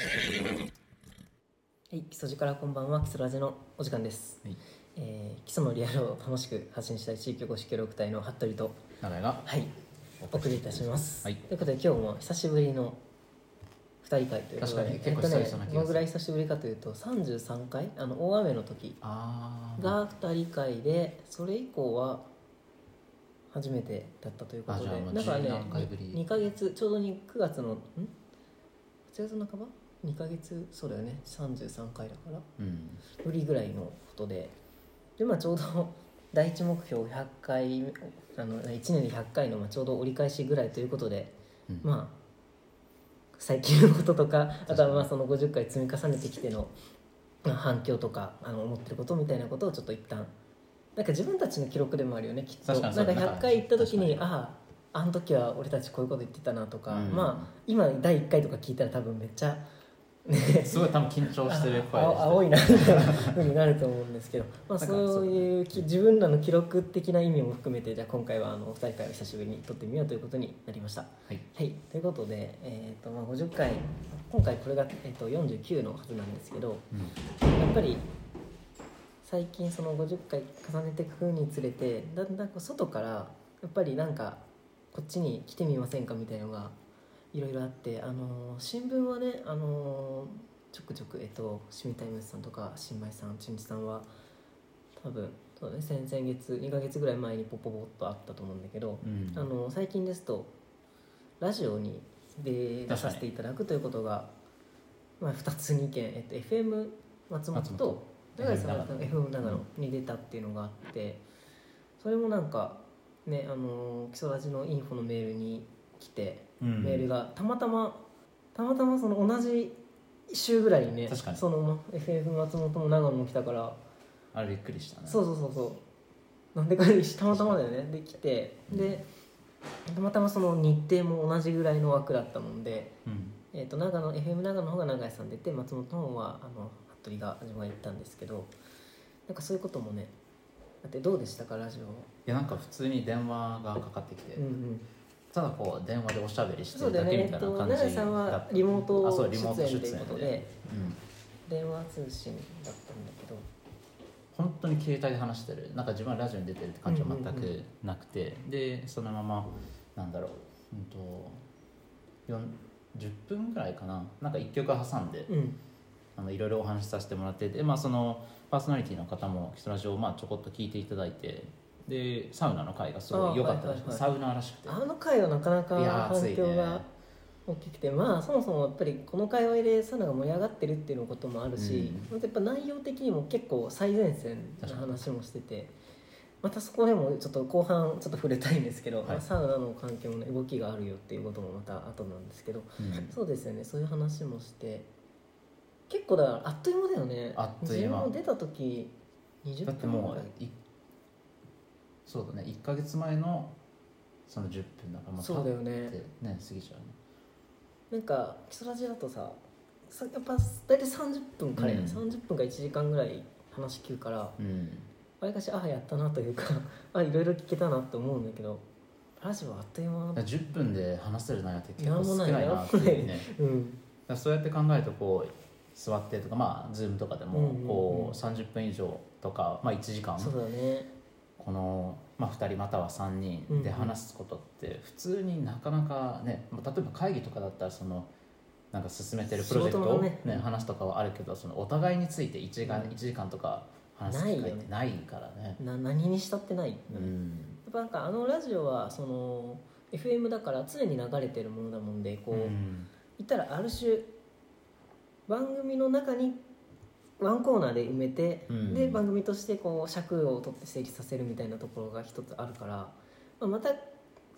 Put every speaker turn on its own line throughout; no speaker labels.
はい、基礎寺からこんばんは、基礎ラジのお時間です。
はい
えー基礎のリアルを楽しく発信したい地域おこし協力隊の服部と、
長屋が
はい、お送りいたします。
はい
ということで、今日も久しぶりの二人会ということで、
確かに結構久々な気がする
えっとね、どのぐらい久しぶりかというと、33回、あの大雨の時
あー
が二人会で、それ以降は初めてだったということ
あ
で
じゃあも、う
だから
十
ね
何回ぶ、り
2ヶ月、ちょうどに9月の、ん ?8 月の半ば ?2 ヶ月、そうだよね、33回だから。
うん
ぶりぐらいのことでで、まあ、ちょうど第一目標100回あの1年で100回のまあちょうど折り返しぐらいということで、
うん
まあ最近のこととか
か
あ
に
とはまあその50回積み重ねてきてのまあ反響とかあの思ってることみたいなことをちょっと一旦なんか自分たちの記録でもあるよねきっと
確
なん
かに
か
そうだ
100回行った時に
確かに
あああの時は俺たちこういうこと言ってたなとか、
うん
まあ今第1回とか聞いたら多分めっちゃね
すごい多分緊張してる声でし
あ
た
青いなみたいなふうになると思うんですけど、まあ、
なんかそう
そういうき自分らの記録的な意味も含めてじゃあ今回はあのお二人会を久しぶりに撮ってみようということになりました。
はい
はい、ということで、えーとまあ、50回今回これが、えー、と49のはずなんですけど
うん
やっぱり最近その50回重ねていくにつれてだんだんこう外からやっぱりなんかこっちに来てみませんかみたいのがいろいろあって、あのー新聞はね、あのーちょくちょく、えっと、シミタイムズさんとか新米さん中日さんは多分そう、ね、先々月2ヶ月ぐらい前にポポポッとあったと思うんだけど、
うん
あの最近ですとラジオにで出させていただくということが、まあ、2つに意見、えっと、FM 松本
松
と
本
高橋さんが
FM
FM 長野に出たっていうのがあってそれもなんかねあの基礎ラジのインフォのメールに来て、
うん
メールがたまたまたまたまその同じ週ぐらいにね
確かに
その FM 松本も長野も来たから
あれびっくりしたね
そうそうそうそうなんでかたまたまだよねできてでたまたまその日程も同じぐらいの枠だったもんで、
うん
えー、と長野 FM 長野の方が長井さん出て松本の方はあの服部が自分が行ったんですけどなんかそういうこともねだってどうでしたかラジオ、
いやなんか普通に電話がかかってきて
うんうん、
ただこう電話でおしゃべりして
そう
る
だよ
だけ
ね、え
み
った
いな
と、
感
長井
じ
さ
だ
んは
った
リモー
あそ
ト
うリモート
出
出
演と
演で
いうことで
うん
電話通信だったんだけど
本当に携帯で話してるなんか自分はラジオに出てるって感じは全くなくて、でそのままなんだろう、うん、とよん10分ぐらいかななんか1曲挟んで、
うん
あのいろいろお話しさせてもらってで、まあ、そのパーソナリティの方も基礎ラジオをまあちょこっと聞いていただいてでサウナの回がすごい良かったらしくて
あはい
サウナーらしくて
あの回はなかなか
いやー
反
熱いね
響が大きくて、まあそもそもやっぱりこの界隈でサウナが盛り上がってるっていうこともあるし、
う
やっぱ内容的にも結構最前線な話もしててまたそこでもちょっと後半ちょっと触れたいんですけど、
はい
まあサウナの環境の動きがあるよっていうこともまた後なんですけど
うん
そうですよねそういう話もして結構だからあっという間だよね
あっとい
自
う間
分も出た時20分
だってもういそうだね1か月前のその10分だからもう
そうだよね
ってね過ぎちゃうね
なんか基礎ラジだとささやっぱ大体30分からや、
うん
30分から1時間ぐらい話聞くから
うん
わりかしああやったなというか あいろいろ聞けたなって思うんだけどラジオはあっという間だ
10分で話せる内容って結
なん
構
も
少
な
ないい
な
なっていうね
うん
だからそうやって考えるとこう座ってとかまあズームとかで
うん
も
うんうん
こう30分以上とかまあ1時間
そうだね
この、まあ、2人または3
うんうん
人で話すことって普通になかなかね、まあ、例えば会議とかだったらそのなんか進めてるプロジェク
仕事
ト
の
を、
ね
ね話とかはあるけどそのお互いについて1時間,、
うん
一時間とか話す機
ない
会
よ
っ
ね
てないからね。
な何にしたってない、
う
や
ん
っぱなんかあのラジオはその FM だから常に流れてるものだもんでこう、
うん
言ったらある種番組の中にワンコーナーで埋めて、
うん
で番組としてこう尺を取って成立させるみたいなところが一つあるから、まあ、また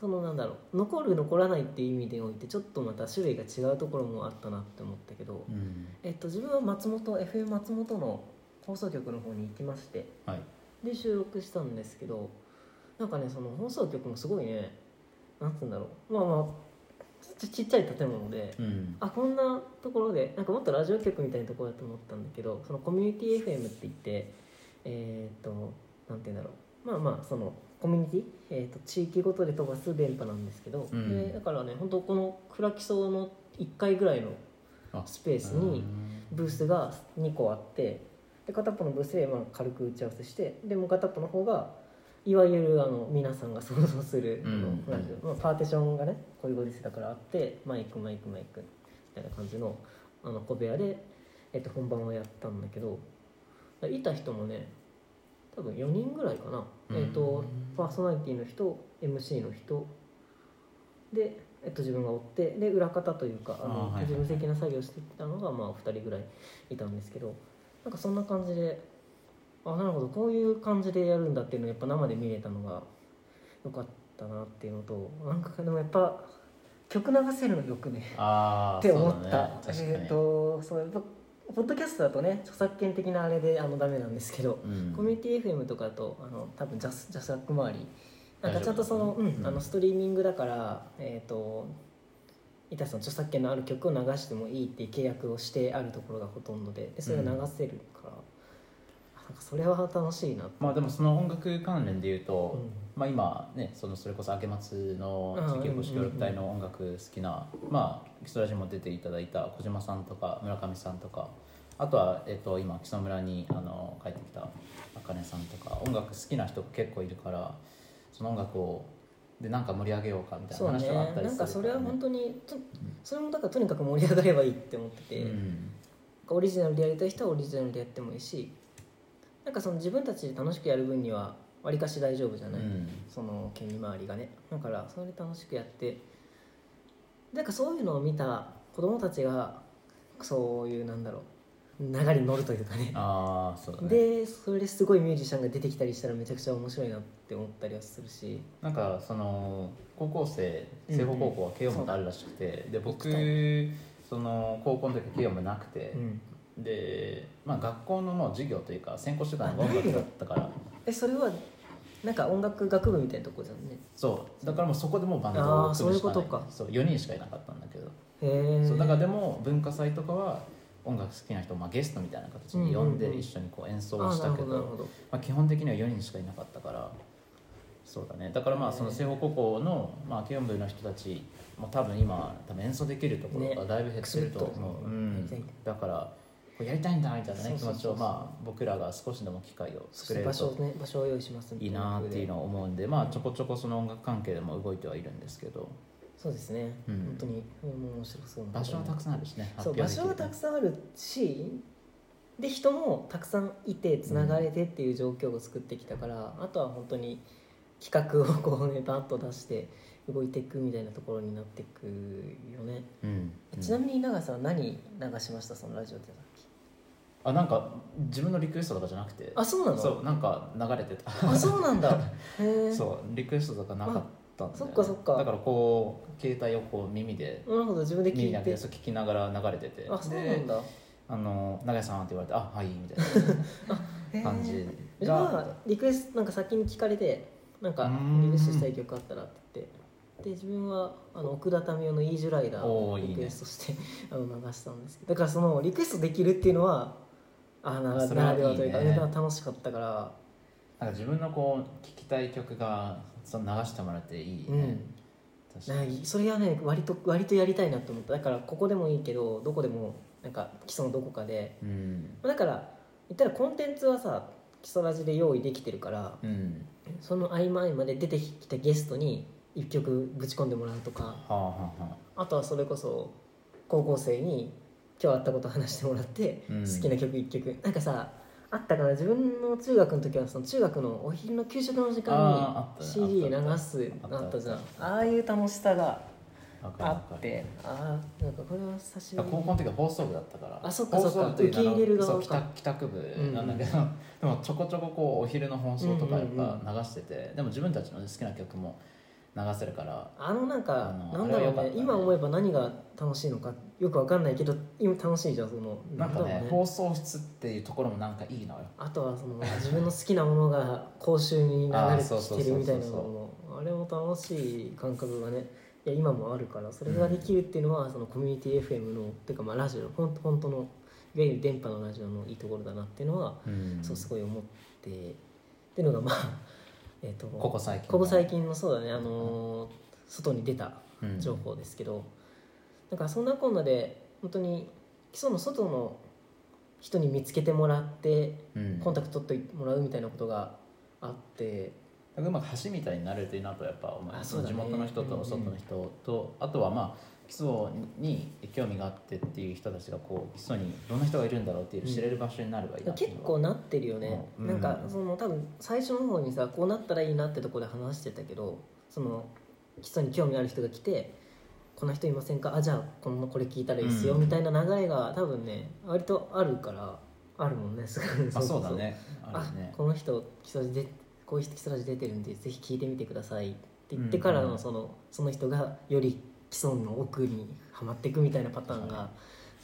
そのなんだろう残る残らないっていう意味でおいてちょっとまた種類が違うところもあったなって思ったけど、
うん
えっと、自分は松本 FM 松本の放送局の方に行きまして
はい
で収録したんですけどなんかねその放送局もすごいねなんつうんだろうまあまあちちっちゃい建物で。
うん
あこんなところでなんかもっとラジオ局みたいなところだと思ったんだけどそのコミュニティ FM って言ってえっ、となんて言うんだろうまあまあそのコミュニティ、えー、と地域ごとで飛ばす電波なんですけど、
うん
でだからね本当この倉木荘の1階ぐらいの
あ
スペースにブースが2個あってで片っぽのブースでまあ軽く打ち合わせしてでもう片っぽの方がいわゆるあの皆さんが想像する、
うん
あのなんていうのまあ、パーティションがねこういうご時世だからあってマイクマイクマイクみたいな感じのあの小部屋で、えっと、本番をやったんだけどだいた人もね多分4人ぐらいかな、
うん
えっと、パーソナリティの人 MC の人で、えっと、自分が追ってで裏方というかあ
あー
の
はいはい
事務的な作業をしてたのが、まあ、お二人ぐらいいたんですけどなんかそんな感じであなるほどこういう感じでやるんだっていうのをやっぱ生で見れたのが良かったなっていうのとなんかでもやっぱ曲流せるのよくね
あー
って思
そ
っ
う
た、
だね確かに
えっ、とそうやっぱポッドキャストだとね著作権的なあれであのダメなんですけど、
うん
コミュニティ FM とかだとあの多分ジャスジャスラック周りなんか
大
ちゃ
丈夫
んとその,、うん
うん
あのストリーミングだからえっ、といたその著作権のある曲を流してもいいっていう契約をしてあるところがほとんどででそれを流せるから、なんかそれは楽しいなって
まあでもその音楽関連で言うと、
うん
まあ今ねそのそれこそ明松の地域おこし協力隊の音楽好きな、まあ基礎ラジにも出ていただいた小島さんとか村上さんとかあとは、えっと、今木曽村にあの帰ってきたあかねさんとか音楽好きな人結構いるからその音楽をでなんか盛り上げようかみたいな
そうね
話があったりするらね
なんかそれは本当にとそれもだからとにかく盛り上がればいいって思ってて、
うん
オリジナルでやりたい人はオリジナルでやってもいいしなんかその自分たちで楽しくやる分にはわりかし大丈夫じゃ
う
ない、
ん
その権利回りがねだからそれで楽しくやってなんかそういうのを見た子供たちがそういうなんだろう流れに乗るというかね
ああそうだね
でそれですごいミュージシャンが出てきたりしたらめちゃくちゃ面白いなって思ったりはするし
なんかその高校生
うん
西方高校は慶応
そう
もあるらしくて、
行
で僕その高校の時慶応もなくて
う、ん
で、まあ、学校のもう授業というか専攻手段が音楽だったから
えそれはなんか音楽学部みたいなとこじゃんね
そうだからもうそこでもうバンドを組むしか
あー
な
そう
い
いうことか
そう4人しかいなかったんだけど、
へえ
そうだからでも文化祭とかは音楽好きな人を、まあ、ゲストみたいな形に呼ん
うんうん
で
うん
一緒にこう演奏を
あ
し
な
た
る
け
ほ
ど,、
どなるほど
まあ、基本的には4人しかいなかったからそうだねだからまあその西方高校の、まあ、慶音部の人たちも多分今多分演奏できるところがだいぶ減ってると思
ね
う、うん
くすっと
だからこうやりたいんだみたいなね気
そうそうそ
持
う
ち
そう
をまあ僕らが少しでも機会を
そし
作
て
れ
場
る
所を
と
ね場所を用意します
いいなっていうのを思うんでまあちょこちょこその音楽関係でも動いてはいるんですけど
そうですね、
うん
本当にうん面白そうな
場所はたくさんあるしね
そう場所はたくさんあるしで人もたくさんいてつながれてっていう状況を作ってきたから、あとは本当に企画をこうねバッと出して動いていくみたいなところになっていくよね、
ん、うんうん
ちなみに長さん何流しましたそのラジオでさっき
あなんか自分のリクエストとかじゃなくて
あそうなの
そうなんか流れてた
あそうなん だへえ
そうリクエストとかなかったんだよね
あそっかそっか
だからこう携帯をこう耳で
なるほど自分で聞
耳に
い
当て
て
てそう聞きながら流れてて
あそうなん
で
だ
あの「長屋さん」って言われて「あはい」みた
へ
い
え
な感じ
じゃあ
が
リクエストなんか先に聞かれてなんか
うーん
リクエストしたい曲あったらって言ってで自分はあの奥田民生の「イージュライダー」を
おーい
リ
いね
クエストして あの流したんですけどだからそのリクエストできるっていうのはあなな
それは
らではというか
いいね
ネタ楽しかったから
なんか自分のこう聞きたい曲がその流してもらっていいね、確か
な
に
んかそれはね割と割とやりたいなと思っただからここでもいいけどどこでもなんか基礎のどこかで
うん
だから言ったらコンテンツはさ基礎ラジで用意できてるから
うん
その合間合間で出てきたゲストに1曲ぶち込んでもらうとか
はあはあはあ
あとはそれこそ高校生に今日会ったことを話してもらって、
うん
好きな曲1曲なんかさあったかな自分の中学の時はその中学のお昼の給食の時間
あーあっ
に CD
たあった
流す
あった
あったじゃん
あっ
ああいう楽しさが
わかるわ
あ
か
っ
る
てああなんかこれは久し
い
ぶ
や
り
高校の時は放送部だったから
あそっかそっか
放送部という名の
受け入れる側
そう
か
帰宅帰宅部なんだけど、でもちょこちょここうお昼の放送とかやっ
うん
ぱ流してて、でも自分たちの好きな曲も流せるから
あのなんか
あの
なんだろう
あれは良かっ
ね
たね
今思えば何が楽しいのかよくわかんないけど今楽しいじゃんその
なんか
だろう
ね放送室っていうところもなんかいいのよ
あとはその自分の好きなものが公衆に流れて
あーそうそうそう
きてるみたいなのもあれも楽しい感覚がねいや今もあるからそれができるっていうのは、そのコミュニティ FM のっていうかまあラジオ本当本当のいわゆる電波のラジオのいいところだなっていうのは、そうすごい思ってっていうのがまあ えっと
ここ最近
ここ最近のそうだねあのー外に出た
うん
情報ですけど、なんかそんなこんなで本当に基礎の外の人に見つけてもらって
うん、
コンタクト取ってもらうみたいなことがあって、
うまく橋みたいになれるといいなとやっぱ思い
あ
ま
そうだ
地
ね
元の人
うんう
と
ん
外の人と、あとはまあ基礎に興味があってっていう人たちがこう基礎にどんな人がいるんだろうっていう知れる場所になればいいなってい
結
うのは
構なってるよね、
うん
なんか
うん
その多分最初の方にさこうなったらいいなってとこで話してたけどその基礎に興味ある人が来て「こんな人いませんかあじゃあこのこれ聞いたらいいっすよ」
うん
みたいな流れが多分ね割とあるからあるもんねすごい
あそうだね
あ
あるね
この人基礎でこういう人基礎で出てるんでぜひ聞いてみてくださいって言ってから
うんう
の
ん
その,、その人がより基礎の奥にはまっていくみたいなパターン
は
が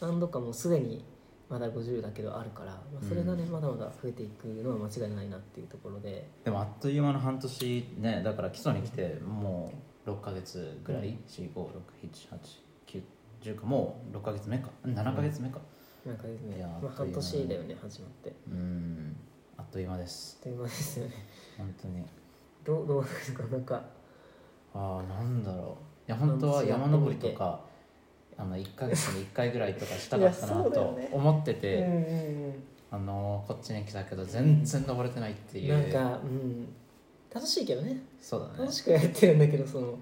何度かもうすでにまだ50だけどあるから、まあ、それがね、
うん
まだまだ増えていくのは間違いないなっていうところで
でもあっという間の半年ねだから基礎に来てもう6ヶ月ぐらい、45678910かもう6ヶ月目か7ヶ月目か
なんかです
い
ね
や
まあ、
あっと
半
いう間
年だよね始まって。
うんあっという間です
あっという間ですよね
本当に
どうどうですかなんか
ああなんだろういや本当は山登りとかあの1ヶ月に1回ぐらいとかしたかった
いや
な
そうだよ
と
ね
思ってて、
ん
あのこっちに来たけど全然登れてないっていう、
なんかうん楽しいけどね
そうだね
楽しくやってるんだけどそのもう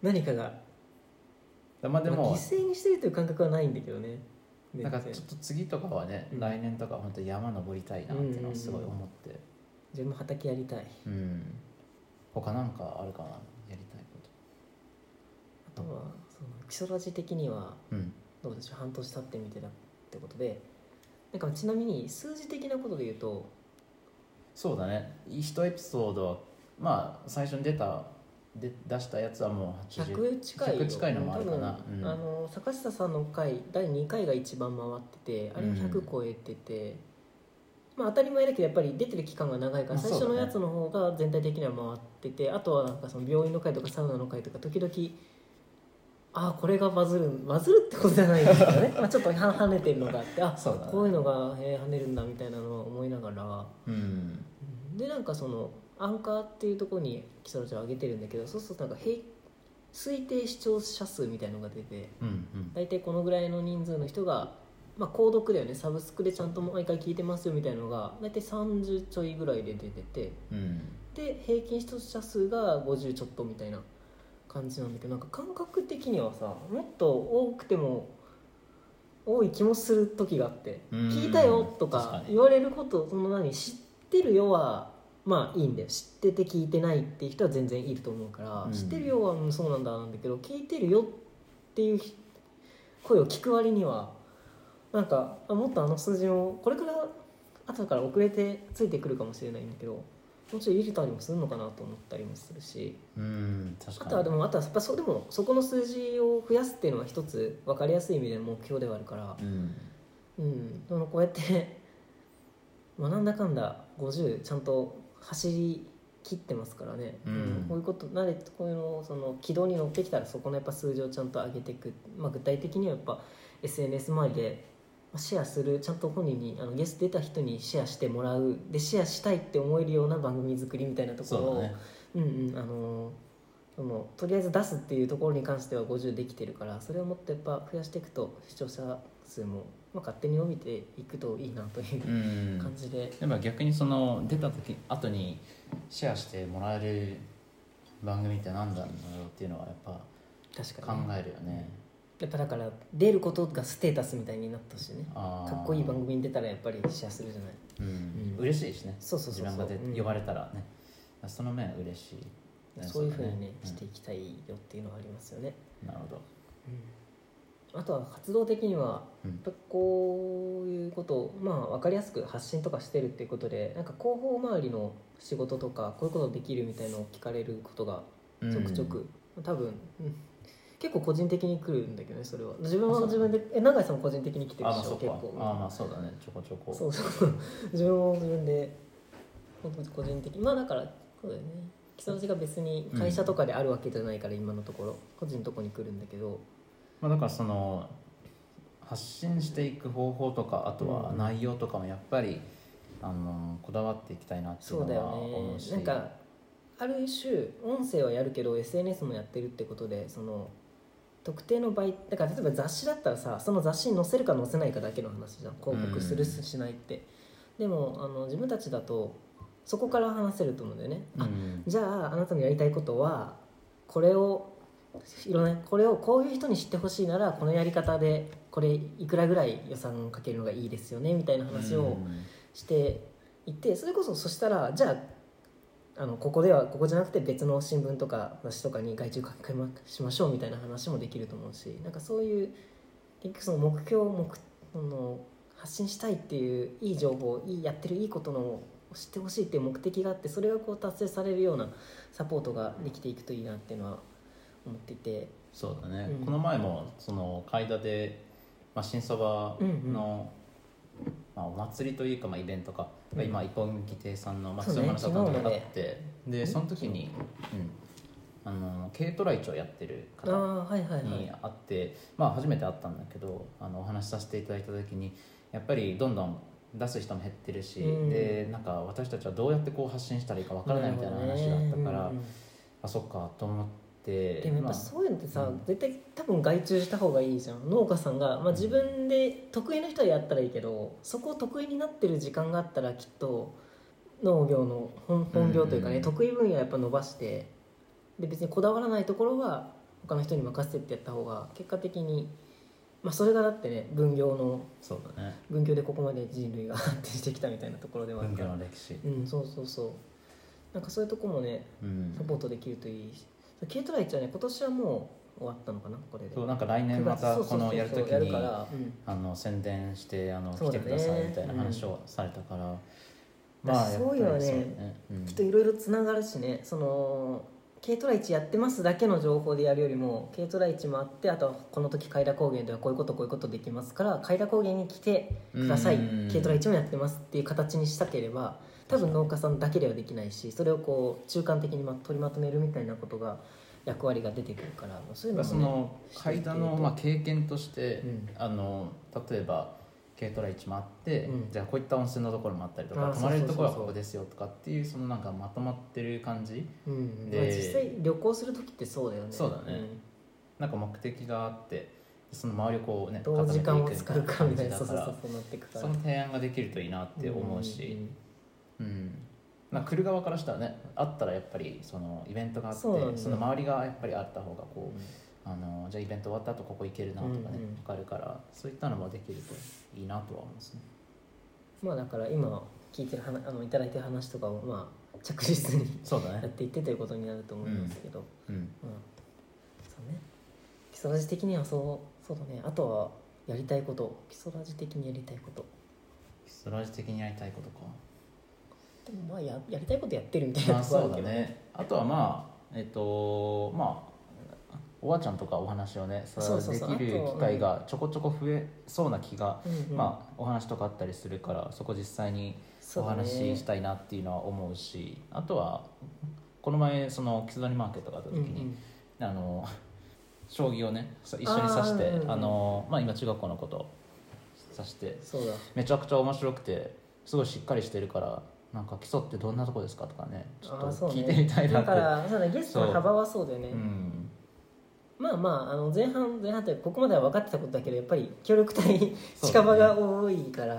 何かが
まあで
まあ
も
犠牲にしてるという感覚はないんだけどね
なんか
全
ち
然
ょっと次とかはね、
うん
来年とか本当山登りたいなっていうのはすごい思って、
自分も畑やりたい
うん他なんかあるかなやりたいこ
あとはその基礎ラジ的には
とうん
どうでしょう半年経ってみてたってことでなんかちなみに数字的なことで言うと
そうだね一エピソードはまあ最初に出たで出したやつはもう80
100近いよ
100近いのもあるかな
多分
うん
あの坂下さんの回第2回が一番回っててあれが
う
100
ん
超えてて、まあ、当たり前だけどやっぱり出てる期間が長いから
まあ
最初
そう
の
だね
やつの方が全体的には回ってて、あとはなんかその病院の回とかサウナの回とか時々ああこれがバズるバズるってことじゃないですけどねまあちょっとは跳ねてるのがあってあ
そうだね
こういうのが、えー跳ねるんだみたいなのを思いながら。
うん
でなんかそのアンカーっていうところにキソラちゃんを上げてるんだけどそうするとなんか平推定視聴者数みたいのが出て
うんうん
大体このぐらいの人数の人が、まあ、購読だよねサブスクでちゃんと毎回聞いてますよみたいのが大体30ちょいぐらいで出てて
うん
で平均視聴者数が50ちょっとみたいな感じなんだけどなんか感覚的にはさもっと多くても多い気もする時があって「
うん
聞いたよ」と
確か
か
に
言われることその何知ってるよはまあいいんだよ知ってて聞いてないっていう人は全然いると思うから、
うん
知ってるよはうんそうなんだなんだけど聞いてるよっていうひ声を聞く割にはなんかあもっとあの数字もこれから後から遅れてついてくるかもしれないんだけどもうちょい入れたりもするのかなと思ったりもするし
うん確か
あ
に
とはでもあとはやっぱそうでもそこの数字を増やすっていうのは一つ分かりやすい意味での目標ではあるから
うん
うんそのこうやって学んだかんだ50ちゃんと走り切ってますからね、
うん
こういうこと慣れこういうのをその軌道に乗ってきたらそこのやっぱ数字をちゃんと上げていく、まあ、具体的にはやっぱ SNS 周りでまあシェアするちゃんと本人にあのゲスト出た人にシェアしてもらうでシェアしたいって思えるような番組作りみたいなところ
そう
を
だね
うんうんあのーそのとりあえず出すっていうところに関しては50できてるからそれをもっとやっぱ増やしていくと視聴者数も、まあ、勝手に伸びていくといいなといううん感じで、
でも逆にその出た時後にシェアしてもらえる番組って何なんだろうっていうのはやっぱ
確
考
かにね
えるよね、
やっぱだから出ることがステータスみたいになったしね
あー
かっこいい番組に出たらやっぱりシェアするじゃない
うん
うん
嬉しいしね
そうそうそうそう
自分が出
うん
呼ばれたらねその面嬉しいね
そういうふうにね
うん
していきたいよっていうのはありますよね、
なるほど
あとは活動的には
うん
やっぱこういうことを、まあ、分かりやすく発信とかしてるっていうことでなんか広報周りの仕事とかこういうことできるみたいのを聞かれることが
うん
ちょくちょく、多分、うん結構個人的に来るんだけどねそれは自分は
あそう
自分でえ永井さんも個人的に来て
あ
るで
まあ
し
そ
ょ
う
結
か
構
あまあそうだねちょこちょこ
そうそう自分も自分で本当に個人的まあだからそうだよね木更津が別に会社とかであるわけじゃないから、今のところ個人のとこに来るんだけど
まあ、だからその発信していく方法とかあとは
うん
内容とかもやっぱり、あのこだわっていきたいなってい
そう
う
だ
の
よ
は思うし
ねなんかある種音声はやるけど SNS もやってるってことでその特定の媒だから例えば雑誌だったらさその雑誌に載せるか載せないかだけの話じゃん広告する
うん
しないって、でもあの自分たちだとそこから話せると思うんだよね、あ
うん
じゃああなたのやりたいことはこれをいろんなこれをこういう人に知ってほしいならこのやり方でこれいくらぐらい予算かけるのがいいですよねみたいな話をしていてそれこそそしたらじゃああのここではここじゃなくて別の新聞とか雑誌とかに外注書き込みましましょうみたいな話もできると思うしなんかそういう結局その目標目その発信したいっていういい情報いいやってるいいことのを知ってほしいっていう目的があってそれがこう達成されるようなサポートができていくといいなっていうのは思っていて
そうだね、
うん
この前もその買い立て、まあ、新そばの、
うんうん
まあ、お祭りというか、まあ、イベントか、
うん
今一本木亭さんの
そうね
松山の里とかあっ
昨
て、でその時に、うん、あの軽トラ市をやってる
あ
方
あはいはいは
に
い
会って、まあ、初めて会ったんだけどあのお話しさせていただいた時にやっぱりどんどん出す人も減ってるし、
うん
でなんか私たちはどうやってこう発信したらいいかわからないみたいな話だった
なるほど
から、
ねうんうん
あそっかと思って
でもやっ
ま
ぱ
あ
そういうのってさ、
うん
絶対多分外注した方がいいじゃん農家さんが、まあ、自分で得意な人はやったらいいけどそこを得意になってる時間があったらきっと農業の本本業というかね、
うん
得意分野はやっぱ伸ばしてで別にこだわらないところは他の人に任せてってやった方が結果的に、まあ、それがだってね分業の
そうだね
分業でここまで人類が発展してきたみたいなところではある
文
か
化
ら
の歴史、
うんそうそうそうなんかそういうとこもね
うん
サ、ポートできるといいし軽トライチはね今年はもう終わったのかなこれで
そうなんか来年またこのやるとき
そうそうそうそうやる
に
から、うん
あの宣伝してあの
そ
来
う
て
だね
くださいみたいな話をされたから、まあやっぱ
そう
り
いうのはね
そうねうん
きっといろいろつながるしねその軽トライチやってますだけの情報でやるよりも軽トライチもあってあとはこの時平高原ではこういうことこういうことできますから平高原に来てください
うん
軽トライチもやってますっていう形にしたければ多分農家さんだけではできないしそれをこう中間的にま取りまとめるみたいなことが役割が出てくるからそういうのも、ね、
その階段の、まあ、経験として、
うん
あの例えば軽トラ市もあって、
うん
じゃあこういった温泉のところもあったりと
あ
か
ー
泊まれ
そ
る
う
と
そう
こ
そう
ろ
そう
はここですよとかっていうそのなんかまとまってる感じ
うん
で
まあ、実際旅行する時ってそうだよね
そうだねなんか目的があってその周りをこうね
うんどう時間を
固めていく
使うかみたいな
感
そう
じ
そ
だ
う
か
そうそ
ら
うなってくから
その提案ができるといいなって思うし、うんまあ、来る側からしたらねあったらやっぱりそのイベントがあって
そうなんだよ
その周りがやっぱりあった方が
うん
こうあのじゃあイベント終わった後ここ行けるなとかね、
うんうん
分かるからそういったのもできるといいなとは思うんですね。
まあだから今聞いてる話あのいただいてる話とかをまあ着実に
そうだ
やっ
ね、
ていってということになると思いますけど、
うん、
うんそうね基礎ラジ的にはそうそうだねあとはやりたいこと基礎ラジ的にやりたいこと
ストラージ的にやりたいことか
でもまあややりたいことやってるみたい
ま
な
あ
ところ
そ
あ
う
る
だ
けど、
ねあとはまあえっとまあおばあちゃんとかお話をねさ
そうそうそう
できる
あと
機会がちょこちょこ増えそうな気が、
うんうん
まあ、お話とかあったりするからそこ実際に
そ
お
うだね
話ししたいなっていうのは思うしあとはこの前その木曽谷マーケットがあった時に、
うん
あの将棋をねそう一緒に指して
あーうんうん
あの、まあ、今中学校のこと指して
うん、そうだ
めちゃくちゃ面白くてすごいしっかりしてるからなんか基礎ってどんなとこですかとかねちょ
あー
っ
そ
と
うね
聞いてみたいな
だ
って
からそうだ、ね、ゲストの幅はそうだよね、
うん
まあまああの前半前半ってここまでは分かってたことだけどやっぱり協力隊
そう
近
だね
場が多いから、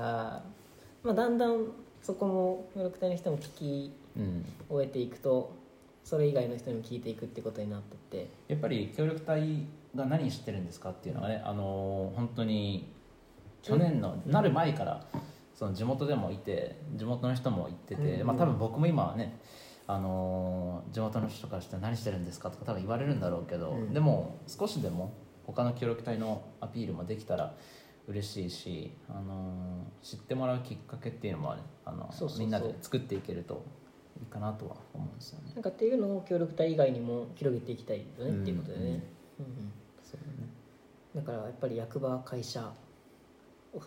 まあ、だんだんそこも協力隊の人も聞き
うん
終えていくとそれ以外の人にも聞いていくってことになってって
やっぱり協力隊が何してるんですかっていうのがね、あのー本当に去年の、なる前からその地元でもいて地元の人も行ってて、
うん
まあ、多分僕も今はね、あのー地元の人からして何してるんですかとか多分言われるんだろうけど、
うん
でも少しでも他の協力隊のアピールもできたら嬉しいし、あのー知ってもらうきっかけっていうのも、ね、あの
そうそうそう
みんなで作っていけるといいかなとは思うんですよね。
なんかっていうのを協力隊以外にも広げていきたいよねっていうことでね、
うんうん
うん
そうだね
うんだからやっぱり役場会社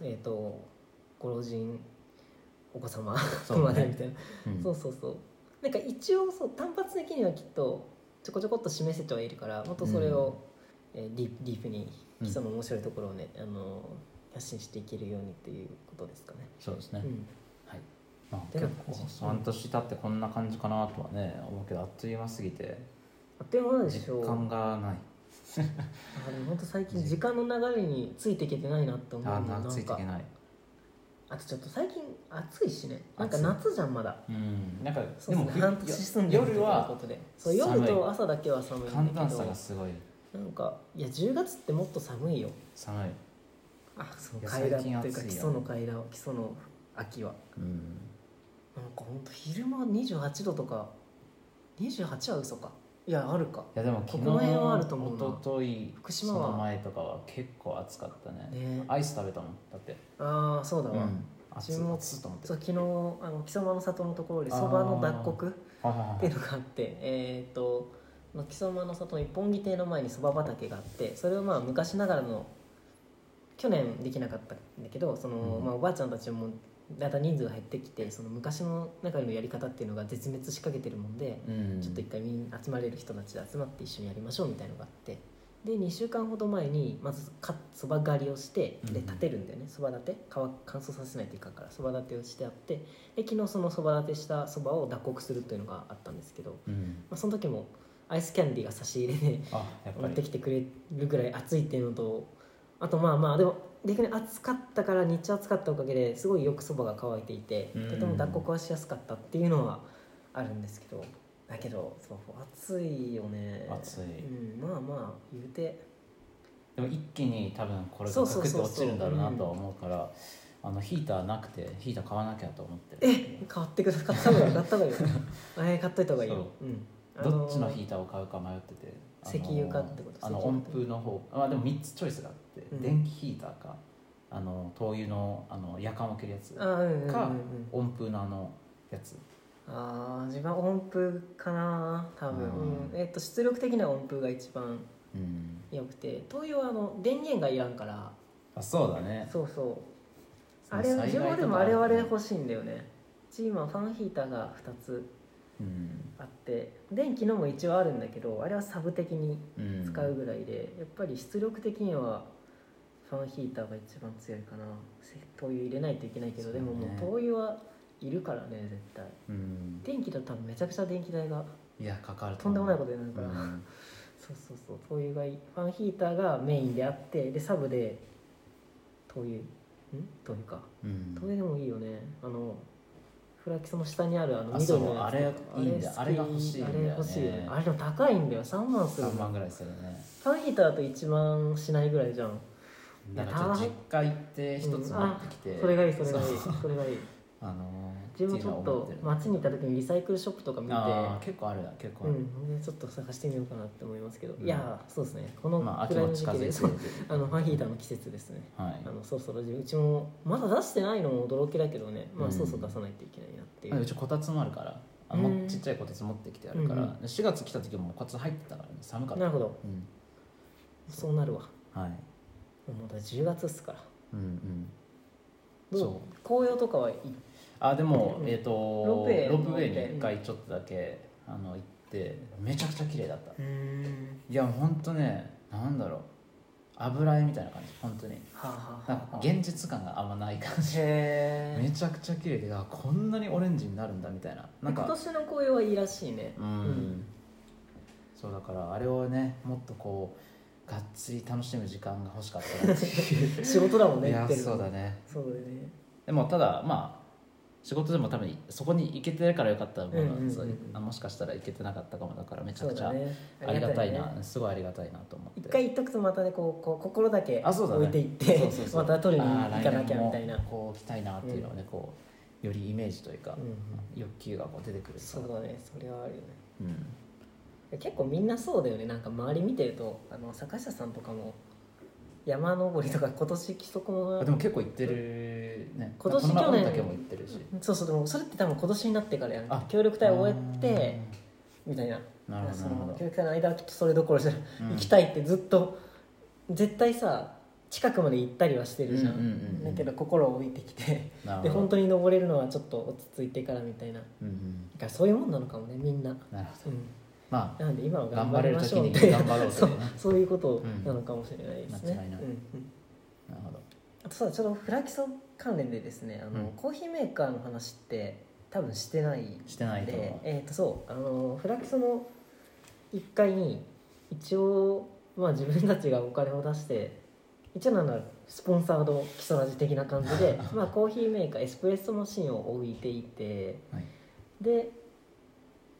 えっ、とご老人お子様
そ
こ
う
ま
だね
でみたいな
うん
そうそうそうなんか一応そう単発的にはきっとちょこちょこっと示せてはいるからもっとそれを、えーディープディープに基礎の面白いところをね、あの発信していけるようにっていうことですかね。
そうですね、
うん、
はい、まあ、
てな
結
感じ
構半年経ってこんな感じかなとはね思うけどあっという間すぎて
あっという間でし
実
ょう
感がない
あでも本当最近時間の流れについていけてないなって思う
あ
んだよ
な
な
つ
ん
いてい
か
けない
あとちょっと最近暑いしねなんか
暑い
夏じゃんまだ
うんなんか
そ
で
う
も
ですね半年住んでると
夜
いう
は
ことでそう夜と朝だけは寒いんだけど
寒暖差がすごい
なんかいや10月ってもっと寒いよ
寒い
あそう
いや
階段と
最近
いう
暑い
か
よ
基礎の階段基礎の秋は
うん
なんかほんと昼間28度とか28は嘘かいやあるか
いやでも
こ
昨
こ
日
ら辺はあると思うな
一昨日
福島
そ
は
の前とかは結構暑かったね
ね
アイス食べたもんだって
ああそうだわ、
うん暑い
自分も
暑いと思って
そう昨日あの木曽馬の里のところでそばの脱穀
はいはい
っていうのがあってえーっとまあ木曽馬の里の一本木亭の前にそば畑があってそれをまあ昔ながらの去年できなかったんだけどその、
うん
まあ、おばあちゃんたちもだんだん人数が減ってきてその昔の中でのやり方っていうのが絶滅しかけてるもんで、
うん
ちょっと一回みんな集まれる人たちで集まって一緒にやりましょうみたいのがあってで2週間ほど前にまずかそば刈りをして
うん
で立てるんだよねそば立て乾乾燥させないといかんからそば立てをしてあってで昨日そのそば立てしたそばを脱穀するというのがあったんですけど、
うん
まあ、その時もアイスキャンディーが差し入れで
あやっぱ
持って
り
きてくれるぐらい暑いっていうのとあとまあまあでも逆に暑かったから日中暑かったおかげですごいよくそばが乾いていて
うん
とても脱穀はしやすかったっていうのはあるんですけどだけどそう暑いよね
暑い
うん、まあまあ言うて
でも一気に多分これ
そ
が
うそ
か
う
け
そう
て
そう
落ちるんだろうなとは思うからあのヒーターなくてヒーター買わなきゃと思ってる
買ってください買った方がいい買った方がいい あれ買っといた方がいいよ、
そう
ん、あ
どっちの
ー
ヒーターを買うか迷っててあの
石油かってこと
あの
石油
温
か
風の方あでも3つチョイスがあって、
うん
電気ヒーターかあの灯油のあの夜間を切るやつ
あーうんうんうんうん
か温風のあのやつ
あー自分は音符かな多分、
うん
うんえっと出力的な音符が一番
うん
良くて灯油はあの電源がいらんから
あそうだね
そうそう
その
あれ
災害
自分はで
と
も
か
あれはあれ欲しいんだよねうち今ファンヒーターが2つ
うん
あって電気のも一応あるんだけどあれはサブ的に
うん
使うぐらいで、やっぱり出力的にはファンヒーターが一番強いかなせ灯油入れないといけないけど、
そう
で
ね
ももう灯油はいるからね絶対
うん
電気だと多分めちゃくちゃ電気代が
いやかかる
とんでもないことになるから、
うん
そうそうそう灯油がいいファンヒーターがメインであってでサブで灯油ん灯油か
うん
灯油でもいいよねあのフラキソの下にあるあの
あそう
緑のやつ
あれいいんだ
好
よ
き
あれが欲しいんだよね
あれ欲しいよねあれでも高いんだよ3万する
3
の
万ぐらいするね
ファンヒーターだと1万しないぐらいじゃん
だからちょっと実家行って一つ持ってきて、
それがいいそれがいい
そう
それがいい
あの
自分もちょっと街に行った
て
時にリサイクルショップとか見
いう
て
のは思ってるあー結構あるな結構あ
う
る、
ん、でちょっと探してみようかなって思いますけど、
うん
いやーそうですねこの
まあ
く
秋
らい
も
の時
近
期
づいて
で
る
そうあのファンヒーターの季節ですね
はい
あのそろそろうちもまだ出してないのも驚きだけどね、まあ、
うん
そうそう出さないといけないなっていう、
うちこたつもあるからあも
うん
ちっちゃいこたつ持ってきてあるから、
うんうん
4月来た時もこたつ入ってたからね寒かっ
なる
た、
ほど
うん
そうなるわも
はい、
うまだ10月っすから
うんうん
どう
そう
紅葉とかはい
あでも、
うん
えっ、と
ロープウェイ
ロープウェイに一回ちょっとだけ、あの行ってめちゃくちゃ綺麗だった
うん
いやほんとねなんだろう油絵みたいな感じ本当に
はあ、はあ
なん
は
か
あ、
現実感があんまない感じ
へ
め
え
ちゃくちゃ綺麗であこんなにオレンジになるんだみたいななん
今
か
年の紅葉はいいらしいね
うん、
ん
そうだからあれをねもっとこうがっつり楽しむ時間が欲しかったなっていう
仕事だもんね
い
言っ
や
てるの
そうだね
そうだよね
でもただまあ仕事でも多分そこに行けてるからよかったもの、
うんうんうん
そうあもしかしたら行けてなかったかもだからめちゃ
そ
く
う
ちゃ
だね
ありがたいな、
ね
すごいありがたいなと思って
一回言っとくとまたねこうこう心だけ
あそうだ、ね、
置いていって
そうそうそう
また取りに行かなきゃみたいな
あー来年もこう来たいなっていうのをね、こうよりイメージというか、
うんうん
欲求がこう出てくる
そうだねそれはあるよ
うん
ね結構みんなそうだよねなんか周り見てるとあの坂下さんとかも山登りとか今年規則も
あでも結構行ってるね
今年
この前
去年
御嶽も行ってるし
そうそうでもそれって多分今年になってからやん
あ
協力隊終えてみたいな
うんなるほど
そ
なるほ
の協
ど
力隊の間はきっとそれどころじゃない、
うん
行きたいってずっと絶対さ近くまで行ったりはしてるじゃん,、
うんうんうんうん
だけど心を置いてきて
なるほ
で
ど
本当に登れるのはちょっと落ち着いてからみたいなだ
うんうん
からそういうもんなのかもねみんな、
なるほど
うん、
まあ
なんで今は頑
頑
張
張れ
り
る
まし
時
ょう
に
みたいな
頑張ろ うと
そう
いうね
そういうことなのかもしれないですね、
うん間違いない
うんうん
なるほど
あとさちょっとフラキソ関連でですねあの、
うん
コーヒーメーカーの話って多分してないんで
してないと思う
えっ、とそうあのフラキソの1階に一応まあ自分たちがお金を出して一応なんだろうスポンサード基礎ラジ的な感じ でまあコーヒーメーカーエスプレッソマシンを置いていて
はい
で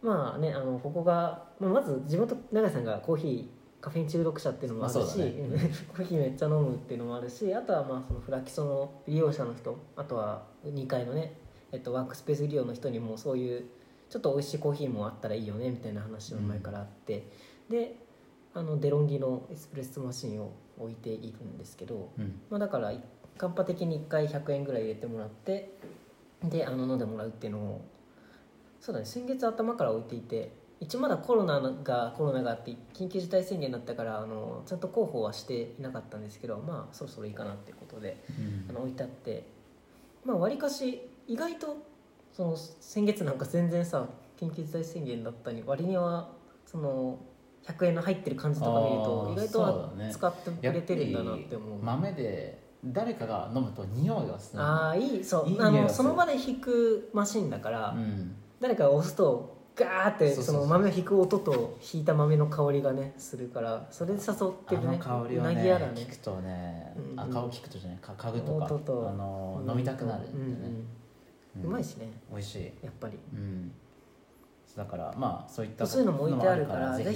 まあねあのここが、まあ、まず地元永井さんがコーヒーカフェイン中毒者っていうのもあるし、
まあそうだねうん
コーヒーめっちゃ飲むっていうのもあるしあとはまあそのフラキソの利用者の人あとは2階のね、えっと、ワークスペース利用の人にもそういうちょっと美味しいコーヒーもあったらいいよねみたいな話を前からあって、であのデロンギのエスプレッソマシンを置いているんですけど、
うん
まあ、だからカンパ的に1回100円ぐらい入れてもらってであの飲んでもらうっていうのをそうだね先月頭から置いていて一応まだコロナがコロナがあって緊急事態宣言だったからあのちゃんと広報はしていなかったんですけどまあそろそろいいかなっていうことであの置いてあってまあわりかし意外とその先月なんか全然さ緊急事態宣言だったに割にはその100円の入ってる感じとか見ると
あー
意外とは
そうだね
使ってく
やっぱ
れ
り
てるんだなって思う。
豆で誰かが飲むと匂いがする
ああいいそう
いい匂い
あ
が
の
する
その場で弾くマシンだから、
うん
誰かが押すとガーって
そうそ
そう
そう
の豆を弾く音と弾いた豆の香りがねするからそれで誘って
あ
る
の
ね
香り
う
を
な
ね
ぎやらね
聞くとね、
うん
あ
うん
顔聞くとじゃないか嗅ぐとか
音と
あの飲みたくなる
うん
んだよね、
うん
ん
うまいしね
美味しい、
やっぱり
うん、だからまあそういった
そういうのも置いてあるから
のもね
ぜ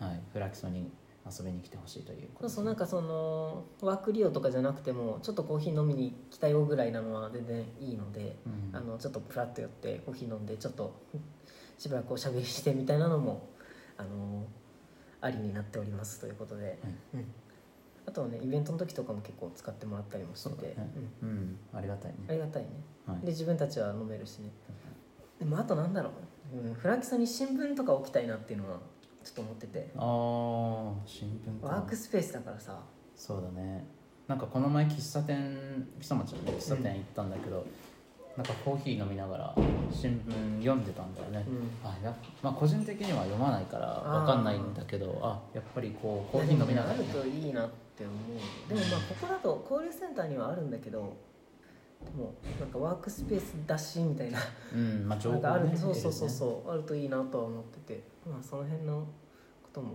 はい、フラキソに遊びに来てほしいというこ
そ
と
う
で
そうなんかそのワーク利用とかじゃなくてもちょっとコーヒー飲みに来たよぐらいなのは全然いいので、
うん
あのちょっとプラッと寄ってコーヒー飲んでちょっとしばらくおしゃべりしてみたいなのもあのありになっておりますということで、うんあとはねイベントの時とかも結構使ってもらったりもして
そうだ
て、
ね
うん
うん、ありがたい
あ
ね、
りがたいね
はい
で自分たちは飲めるしねでもあとなんだろう、うん、フランキさんに新聞とか置きたいなっていうのはちょっと思ってて
あー新聞か
ワークスペースだからさ
そうだねなんかこの前喫茶店木曽町のね喫茶店行ったんだけど、なんかコーヒー飲みながら新聞読んでたんだよね、
う
あやっまあ個人的には読まないからわかんないんだけどあやっぱりこうコーヒー飲みながら、
い
ね
やでもねあるといいなって思うでもまあここだと交流センターにはあるんだけどでもなんかワークスペースだしみたいな
うんまあ情
な
報
んかあ
ね
る そうそう
得
そ
る
う
ね
そうあるといいなとは思っててまあその辺のことも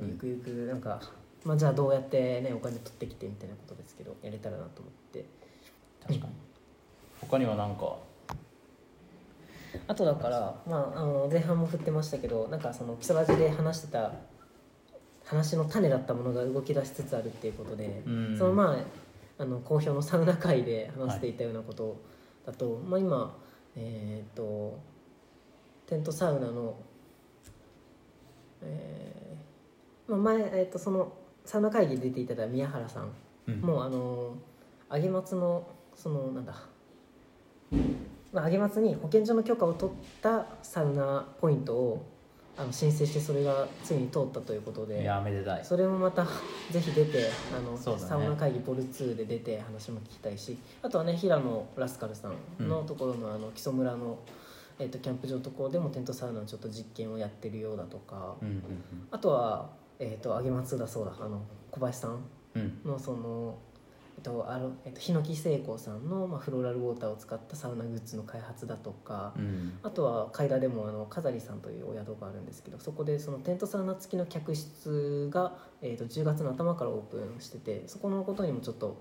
うん
ゆくゆくなんか、まあじゃあどうやってねお金取ってきてみたいなことですけどやれたらなと思って
確かに他には何か
あとだから、まあ、あの前半も振ってましたけどなんかその基礎ラジで話してた話の種だったものが動き出しつつあるっていうことで、
うん
その前あの好評のサウナ会で話していたようなことだと、まあ、今えーっとテントサウナの、えーまあ、前、えーっとそのサウナ会議に出ていただいた宮原さん
うん
もうあのー、揚げ松のそのなんだ、まあ、揚げ松に保健所の許可を取ったサウナポイントをあの申請してそれがついに通ったということ
い
で
やめでたい
それもまたぜひ出てあの、
そうだね
サウナ会議ボル2で出て話も聞きたいしあとはね平野ラスカルさんのところの,、あの木曽村の、えっとキャンプ場のところでもテントサウナのちょっと実験をやってるようだとか、
うん
あとは、えっと揚げ松だそうだあの小林さん
うんうん
のその、えっとあのえっと、檜聖子さんの、まあ、フローラルウォーターを使ったサウナグッズの開発だとか、
うん
あとは海田でもあの飾りさんというお宿があるんですけどそこでそのテントサウナ付きの客室が、えっと10月の頭からオープンしててそこのことにもちょっと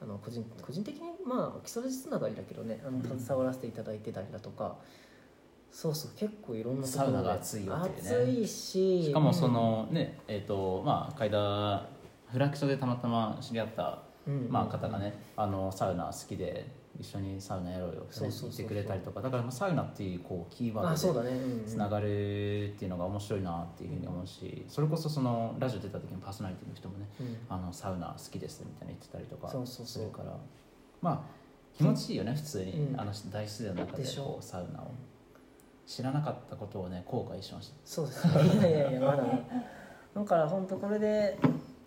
あの個人個人的にまあ基礎術つながりだけどねあの
うん
携わらせていただいてたりだとか。そうそう結構いろんなところ
サウナが暑いわけね
暑いし
しかもそ、のねえっ、とまあ階段フラクションでたまたま知り合った
うん
まあ、方がねあのサウナ好きで一緒にサウナやろうよって
そう
ね
そうそうそう
言ってくれたりとかだからまあサウナっていうこうキーワ
あそ
ー
う
ド
だ
で
ね、うんうん
つながるっていうのが面白いなっていうふうに思うしそれこそそのラジオ出た時のパーソナリティの人もね
うん
あのサウナ好きですみたいな言ってたりとか
そうそう
す
そう
るからまあ気持ちいいよね普通に
うん
あの大自然の中で
でしょ
こうサウナを知らなかったことをね後悔しました
そうですねいやいやいやまだだから本当これで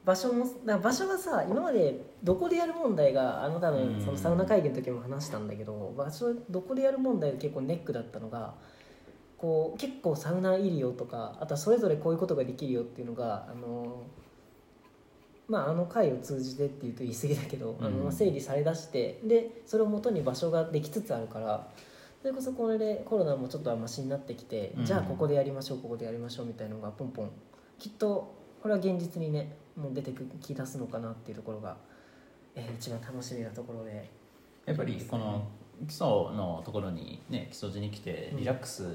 場所もだから場所がさ今までどこでやる問題があの多
う
分
ん
そのサウナ会議の時も話したんだけど場所どこでやる問題が結構ネックだったのがこう結構サウナ入りよとかあとはそれぞれこういうことができるよっていうのがあのまあ、あの会を通じてっていうと言い過ぎだけど、あ
う
の
ん
整理されだしてでそれをもとに場所ができつつあるからそれこそこれでコロナもちょっとはマシになってきて、
うん
じゃあここでやりましょうここでやりましょうみたいなのがポンポンきっとこれは現実にねもう出てくき出すのかなっていうところが、えー一番楽しみなところで
やっぱりこの基礎のところにね基礎寺に来て
うん
リラックス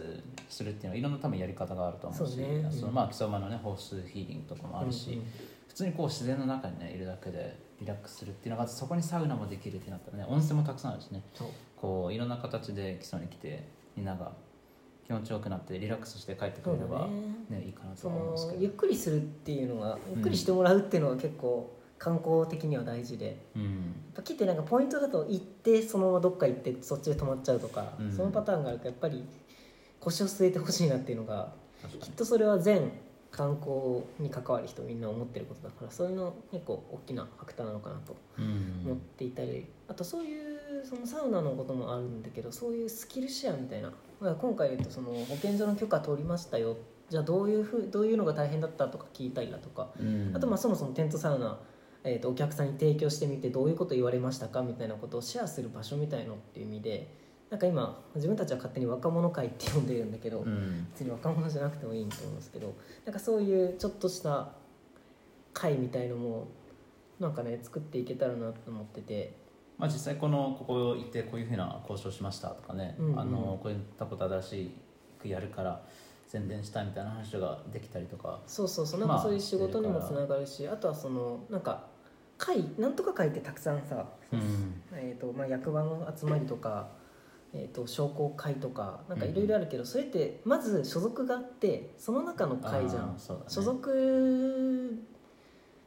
するっていうのはいろんな多分やり方があると思うし
そうねうん
そのまあ基礎馬のねホースヒーリングとかもあるし、
うんうん
普通にこう自然の中にねいるだけでリラックスするっていうのがそこにサウナもできるってなったらね温泉もたくさんあるしね
そう
こういろんな形で基礎に来てみんなが気持ちよくなってリラックスして帰ってくれれ
そ
ば
う、
ねいいかなと
そ
は思うんです
の
け
ゆっ
ど、
くりするっていうのがゆっくりしてもらうっていうのが結構観光的には大事で、やっ
うん、
ぱ来てなんかポイントだと行ってそのままどっか行ってそっちで泊まっちゃうとか、
うん
そのパターンがあるからやっぱり腰を据えてほしいなっていうのが
確か
きっ
に
とそれは全観光に関わる人みんな思ってることだからそういうの結構大きなファクターなのかなと
うん
思っていたり、あとそういうそのサウナのこともあるんだけどそういうスキルシェアみたいなまあ今回言うとその保健所の許可取りましたよじゃあどういうふうどういうのが大変だったとか聞いたりだとか
うん
あとまあそもそもテントサウナ、えー、とお客さんに提供してみてどういうこと言われましたかみたいなことをシェアする場所みたいのっていう意味でなんか今自分たちは勝手に若者会って呼んでるんだけど、
うん
別に若者じゃなくてもいいと思うんですけどなんかそういうちょっとした会みたいのもなんかね作っていけたらなと思ってて
まあ、実際このここ行ってこういうふうな交渉しましたとかね、
うんうん
あのこういったこと新しくやるから宣伝したいみたいな話ができたりとか
そうそうそうなんか
まあ
そういう仕事にもつながるし、あ、とはそのなんか会なんとか会ってたくさんさ、
うん
えーとまあ、役場の集まりとか、えー、と商工会とかなんかいろいろあるけど、それってまず所属があってその中の会じゃん
あーそうだね
所属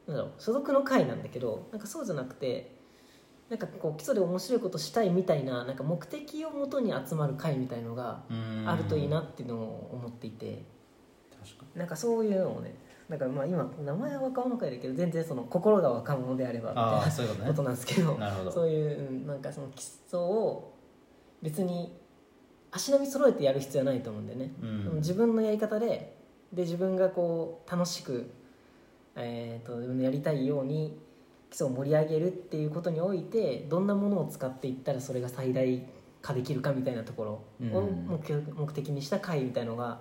なんだろう所属の会なんだけどなんかそうじゃなくてなんかこう基礎で面白いことしたいみたいななんか目的をもとに集まる会みたいのが
うん
あるといいなっていうのを思っていて
確か
なんかそういうのをねなんかまあ今名前は若者会だけど全然その心が若者であればみ
に
たい
あ
な
あそういうことね
ことなんですけど
なるほど
そういううんなんかその基礎を別に足並み揃えてやる必要はないと思うんだよね。
うん
自分のやり方でで自分がこう楽しく、えー、と自分のやりたいように基礎を盛り上げるっていうことにおいてどんなものを使っていったらそれが最大化できるかみたいなところ
うん
を目,、目的にした会みたいのが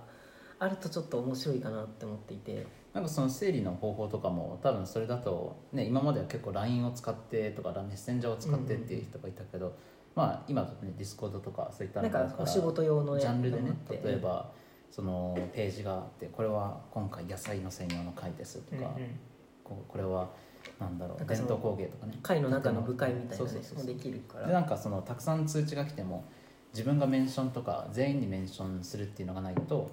あるとちょっと面白いかなって思っていて
なんかその整理の方法とかも多分それだと、ね、今までは結構 LINE を使ってとかメッセンジャーを使ってっていう人がいたけど、まあ今だとねディスコードとかそういった
なん
がある
かお仕事用のね
ジャンルでね
ものって
例えばそのページがあってこれは今回野菜の専用の回ですと
うんう
か、
ん
こうこれはなんだろ
な
うん
かそ
伝
の
統工芸とかね
会の中の部会みたいな
そう
ね
そうそう
も
そ
で
う
きるか
でな
ら
んかそのたくさん通知が来ても自分がメンションとか全員にメンションするっていうのがないと,、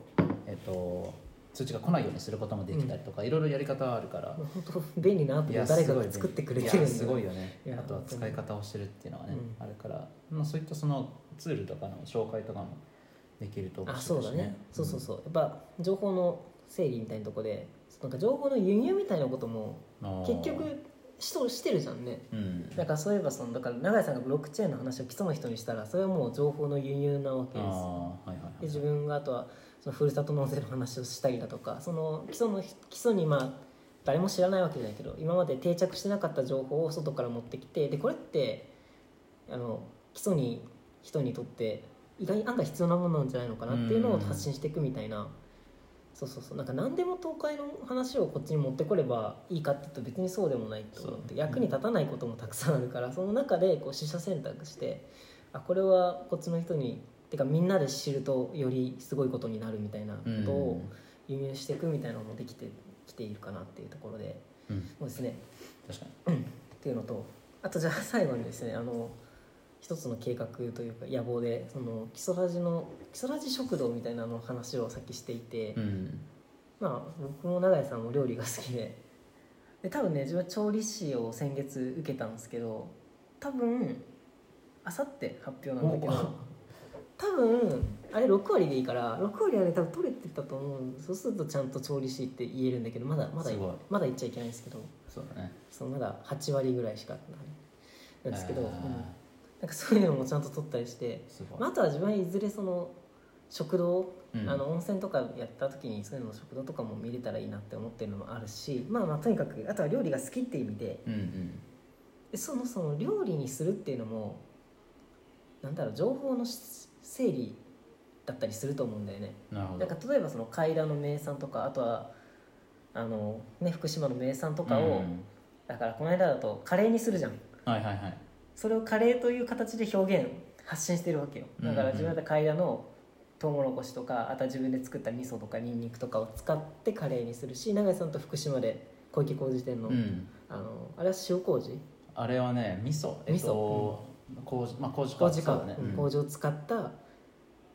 えっと通知が来ないようにすることもできたりとか、いろいろやり方はあるから、
もう本当便利なアプリを誰かが作ってくれてるん
ん
ですす
ごいよね
いや
あとは使い方をしてるっていうのはね、
う
あるから、まあ、そういったそのツールとかの紹介とかもできると面
あ
白
そ
いうし
だね、そうそうそうやっぱ情報の整理みたいなとこでなんか情報の輸入みたいなことも
うん
結局しとしてるじゃんね
うん
だからそういえばそのだから永井さんがブロックチェーンの話を基礎の人にしたらそれはもう情報の輸入なわけ
あ
で
ー
す
はいはいはい
で自分があとはそのふるさと納税の話をしたりだとかその基礎の基礎にまあ誰も知らないわけじゃないけど今まで定着してなかった情報を外から持ってきてでこれってあの基礎に人にとって意外案外必要なものなんじゃないのかなっていうのを発信していくみたいな。そうそうそうなんか何でも東海の話をこっちに持ってこればいいかって言うと別にそうでもないと思って
そう
役に立たないこともたくさんあるからその中でこう取捨選択してあこれはこっちの人にてかみんなで知るとよりすごいことになるみたいなこ
うん
とを輸入していくみたいなのもできてきているかなっていうところで
うん
そうですね
確かに
っていうのとあとじゃあ最後にですねあの一つの計画というか野望でその基礎ラジの基礎ラジ食堂みたいなのを話をさっきしていて、
うん
まあ僕も永井さんも料理が好きでで多分ね自分は調理師を先月受けたんですけど多分あさって発表なんだけ ど多分あれ6割でいいから6割あれ多分取れてたと思うそうするとちゃんと調理師って言えるんだけどまだまだ
すごい
まだ言っちゃいけないんですけど
そうだね
そのまだ8割ぐらいしかなんですけど、
あ
う
ー
んなんかそういうのもちゃんと取ったりして、
すごい、
まあ、あとは自分はいずれその食堂
うん
あの温泉とかやった時にそういうの食堂とかも見れたらいいなって思ってるのもあるしまあまあとにかくあとは料理が好きって意味で
うんうん
でそのその料理にするっていうのもなんだろう情報のし整理だったりすると思うんだよね
なるほ
な
ど
んか例えばその階段の名産とかあとはあの、ね、福島の名産と
と
かを、だからこの間だとカレーにするじゃん
はいはいはい
それをカレーという形で表現発信してるわけよだか
うんう
ら
ん
自分だったらイダのトウモロコシとかあとは自分で作った味噌とかニンニクとかを使ってカレーにするし永井さんと福島で小池工事店の,、
うん
あのあれは塩麹
あれはね味噌えっと麹まあ麹か
麹
そ
か、
うだね
うん麹を使っただか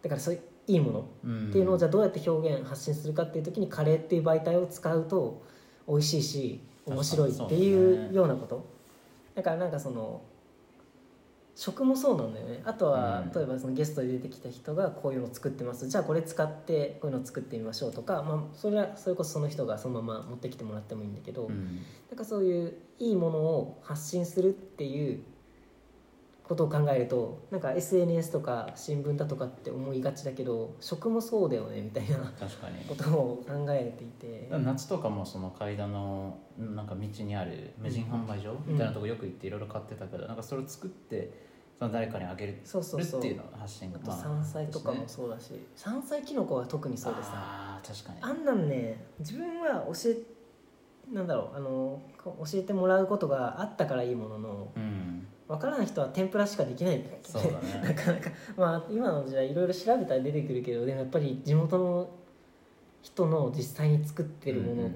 らそういういいものっていうのをじゃ
ゃ
あどうやって表現発信するかっていう時にカレーっていう媒体を使うと美味しいし面白いって
確かにそう
い
で
う
すね
ようなこと、だからなんかその食もそうなんだよねあとは、
うん
例えばそのゲストで出てきた人がこういうの作ってますじゃあこれ使ってこういうの作ってみましょうとか、まあ、それはそれこそその人がそのまま持ってきてもらってもいいんだけど、
うん
なんかそういういいものを発信するっていうことを考えるとなんか SNS とか新聞だとかって思いがちだけど食もそうだよねみたい な
確かに
ことを考えていて
夏とかもその階段のなんか道にある無人販売所みたいなとこよく行っていろいろ買ってたけど、なんかそれを作ってその誰かにあげる
そうそうそう
っていうのが発信
あ
が、
と山菜とかも
そ
そうだし山菜きのこは特にそう
う
で
ですね
さ
ああ確かに
あんなんね自分は教えなんだろうあのこ教えてもらうことがあったからいいものの
うん
わからない人は天ぷらしかできないんだよね
そうだね
なかなかまあ今の時代いろいろ調べたら出てくるけどでもやっぱり地元の人の実際に作ってるも
うんう
の
ん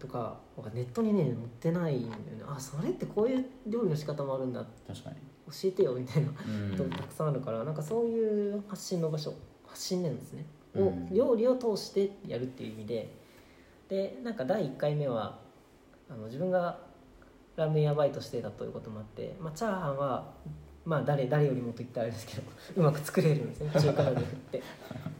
とかはネットにね載ってないんだよねあそれってこういう料理の仕方もあるんだ教
確かに、
えてよみたいなこ
うん
ともたくさんあるから、なんかそういう発信の場所発信なんですね、
う
を
ん
料理を通してやるっていう意味ででなんか第1回目はあの自分がラーメン屋バイトしてたということもあって、まあ、チャーハンは、まあ、誰誰よりもと言ったらあれですけどうまく作れるんです ね中華鍋振って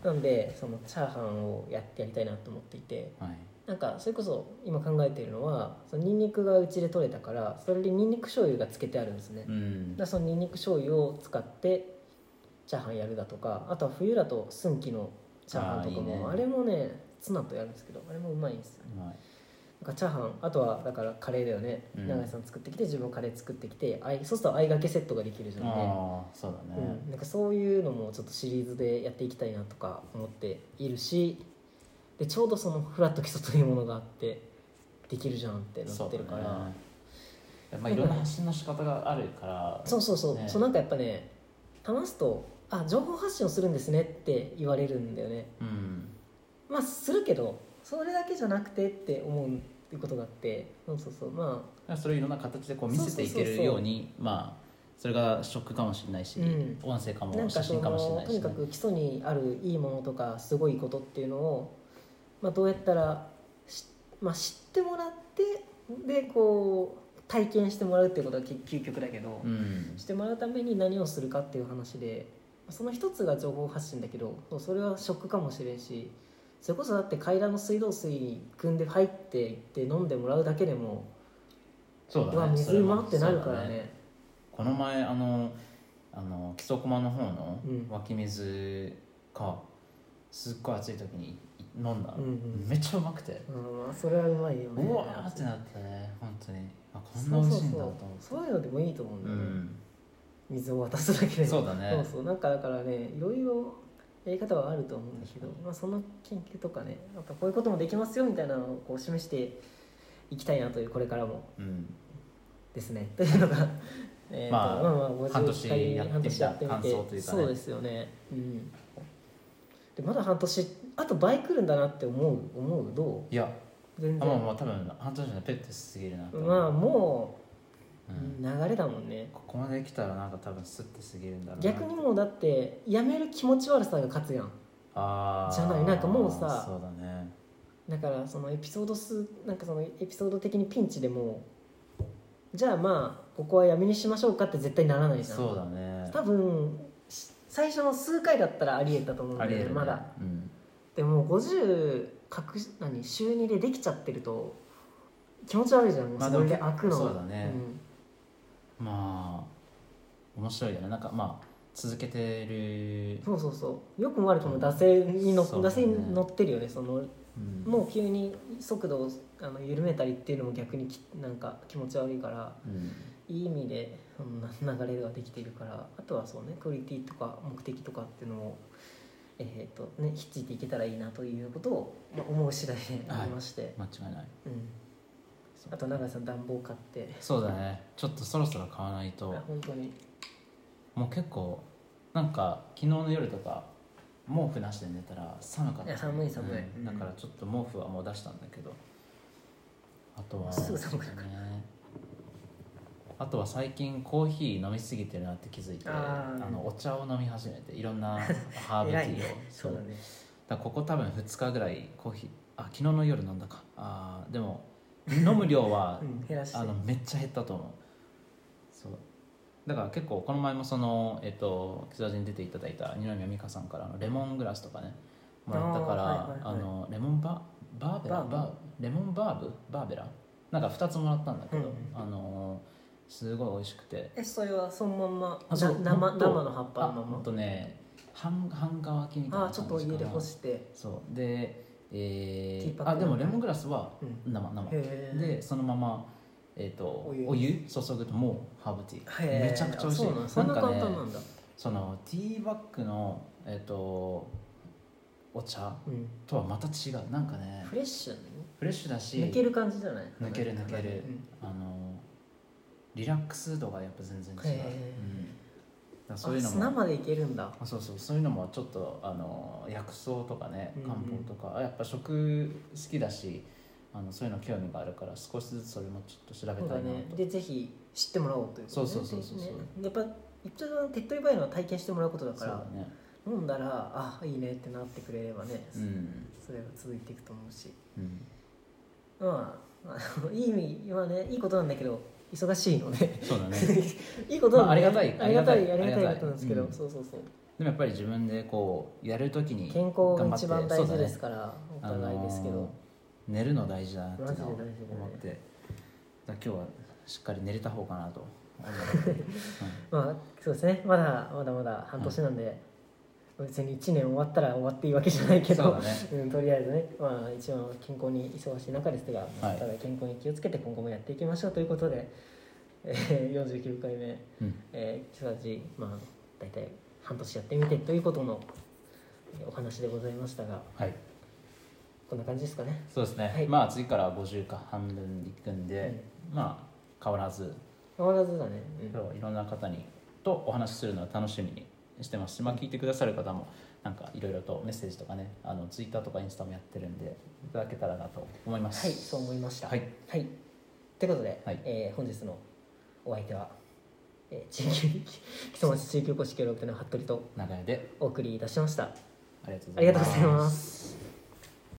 なのでそのチャーハンをやってやりたいなと思っていて
はい、
なんかそれこそ今考えているのはそのニンニクがうちで取れたからそれでニンニク醤油がつけてあるんですね、
うん
だからそのにんにく醤油を使ってチャーハンやるだとかあとは冬だとスンキのチャーハンとかもあ
あーいいね
れもねツナとやるんですけどあれもうまいんですよ
うまい
だからチャーハンあとはだからカレーだよね、
うん
長井さん作ってきて自分カレー作ってきてあいそうするとあいがけセットができるじゃんね、
ああそうだね、
うん、なんかそういうのもちょっとシリーズでやっていきたいなとか思っているしでちょうどそのフラット基礎というものがあってできるじゃんってな
そう
ってるから。
だねまあ、いろんな発信の仕方があるから
そうそうそう、
ね
そうなんかやっぱね話すと「あ情報発信をするんですね」って言われるんだよね
うん
まあするけどそれだけじゃなくてって思うってことがあってそうそうそうま
だからそれをいろんな形でこう見せてい
そう
け
そうそうそう
るようにまあそれがショックかもしれないし、
うん
音声か
あな
も
ん
写
かその
真かもしれない
と
し、
に
ね、
かく基礎にあるいいものとかすごいことっていうのを、まあ、どうやったらし、まあ、知ってもらってでこう体験してもらうっていうことは究究極だけど、
うん
してもらうために何をするかっていう話でその一つが情報発信だけどそうそれは食かもしれんしそれこそだって階段の水道水に汲んで入っていって飲んでもらうだけでも
そう
う
だね
わ水
そうれ
ま
も
ってなるか
そ
ら
うだ
ね
この前あのあの木曽駒の方の
うん
湧き水か、すっごい暑い時に飲んだ、
うんうん
めっちゃうまくて、
うんまあそれはうまいよね
うわーってなってね本当にあこんな美味しいんだと思って
そうそうそうそういうのでもいいと思うんだ
う
よね、
ん
水を渡すだけで
そうだね
そうそうなんかだからねいろいろやり方はあると思うんだけど
確か、に
まあ、その研究とかねあとこういうこともできますよみたいなのをこう示していきたいなというこれからも
うん
ですね というのが、えーと
まあ
まあ50
半年やってみた
半年やってみて
感想というかね
そうですよね、うん、でまだ半年あと倍来るんだなって思う思うど
いや
う全
あまあ
然
まあ多分半年のペットしすぎるなと思う
まあも
う、
うん流れだもんね、
ここまで来たらなんか多分スッて過ぎるんだろうな
逆にもうだってやめる気持ち悪さが勝つやん
あー
じゃないなんかもうさ
そうだね
だからそのエピソード数なんかそのエピソード的にピンチでもじゃあまあここはやめにしましょうかって絶対ならないじゃん
そうだね
多分し最初の数回だったらありえたと思うんだ
あり
よ
え
ね
るね
まだ
うん
でも50隠し何週2でできちゃってると気持ち悪いじゃんもう
まあ
それで
でも
開くのが
そうだねまあ面白いよねなんかまあ続けてる
うん、そうそうそうよくも悪くも惰性に乗,、
そう
惰
だね
性に乗ってるよねその
うん
もう急に速度をあの緩めたりっていうのも逆にきなんか気持ち悪いから
うん
いい意味で そんな流れができているからあとはそうねクオリティとか目的とかっていうのをえーとね、ひっついていけたらいいなということを、まあ、思う次第でありまして、
間違いない
うん、あと永井さん暖房買って
そうだねちょっとそろそろ買わないと
あ本当に
もう結構なんか昨日の夜とか毛布なしで寝たら寒かった
いや寒い寒い
うんだからちょっと毛布はもう出したんだけどあとは
すぐ寒くなる
そうだねあとは最近コーヒー飲みすぎてるなって気づいて
あー
のお茶を飲み始めていろ んなハーブテ
偉い
ィーを、
ねそうだね
だからここ多分2日ぐらいコーヒーあ昨日の夜飲んだかあーでも飲む量は
うん減らして
あのめっちゃ減ったと思うそうだから結構この前もそのえっと木澤人に出ていただいた二宮美香さんからのレモングラスとかねもらったから
あ
あ,、
ーはいはいはい
のレモンババーベラ
バー
バ
ブ
ーレモンバーブバーベラなんか2つもらったんだけど、
うんうん
あのすごい美味しくて
えそれはそのまんま
あそう
な生
ほんと
生の葉っぱ
あ
のま
ほん
ま
とね半半乾きみたいな
あ
感じ
ちょっとお湯で
かな
干して
そうで、え
ティーパ
ー、
ック
あでもレモングラスは
うん
生生、
へー
でそのまま、えー、と
お
お
湯
湯注ぐともうハーブティー、
へー
めちゃくちゃ美味し
あ
い
そうなんそんな
なんか
簡
ね
単なんだ
そのティーバッグの、えー、とお茶
うん
とはまた違うなんかね
フレッシュなの
フレッシュだし
抜ける感じじゃない
抜ける抜ける
うん
あのリラックス度がやっぱ全然違う、
へー
うん、だからそういうの
あ
も
生でいけるんだ
あそうそうそういうのもちょっとあの薬草とかね
うんうん
漢方とか、あやっぱ食好きだしあのそういうの興味があるから少しずつそれもちょっと調べ
そう
た
だ
いな
ね
と、
でぜひ知ってもらおうということね
そうそうそうそう
ぜひねやっぱ一応手っ取り早いのは体験してもらうことだ
そ
か
うだ
ら
ね
飲んだらあいいねってなってくれればね、
うん、
それが続いていくと思うし
うん、
まああ のいい意味はねいいことなんだけど忙しいので
そうだねで
いいことなんで
まあありがたい
ありがたいあ
あ
り
り
が
がたい
たいことなんですけど、
うん
そうそうそう
もやっぱり自分 でこうやるときに
健康が一番大
頑張
事
って
ですから、お
そうだね
互いですけ
あの
ど
ー、寝るの大事だなっていうのを
マジで大事だね
思って、だから今日はしっかり寝れた方かなと思 う
まあそうですねまだまだまだ半年なんで、別に1年終わったら終わっていいわけじゃないけ
そ
ど
うだね
うん、とりあえずね、まあ、一番健康に忙しい中ですが、まあ
はい
お互い健康に気をつけて今後もやっていきましょうということで、えー、49回目、
うん
えー、木更津まあ大体半年やってみてということのえーお話でございましたが
はい
こんな感じですかね。
そうですね、
はい
まあ次から50か半分いくんで、まあ変わらず
変わらずだね、うん
今日いろんな方にとお話しするのを楽しみにしてますし、まあ、聞いてくださる方もなんかいろいろとメッセージとかねあのツイッターとかインスタもやってるんでいただけたらなと思います
はい、そう思いました。
はい、
はい、ということで、
はい
えー本日のお相手は、えー、地域 基礎町地域おこし協力隊の服部と
長屋で
お送りいたしました。
ありがとう
ありがとうございます。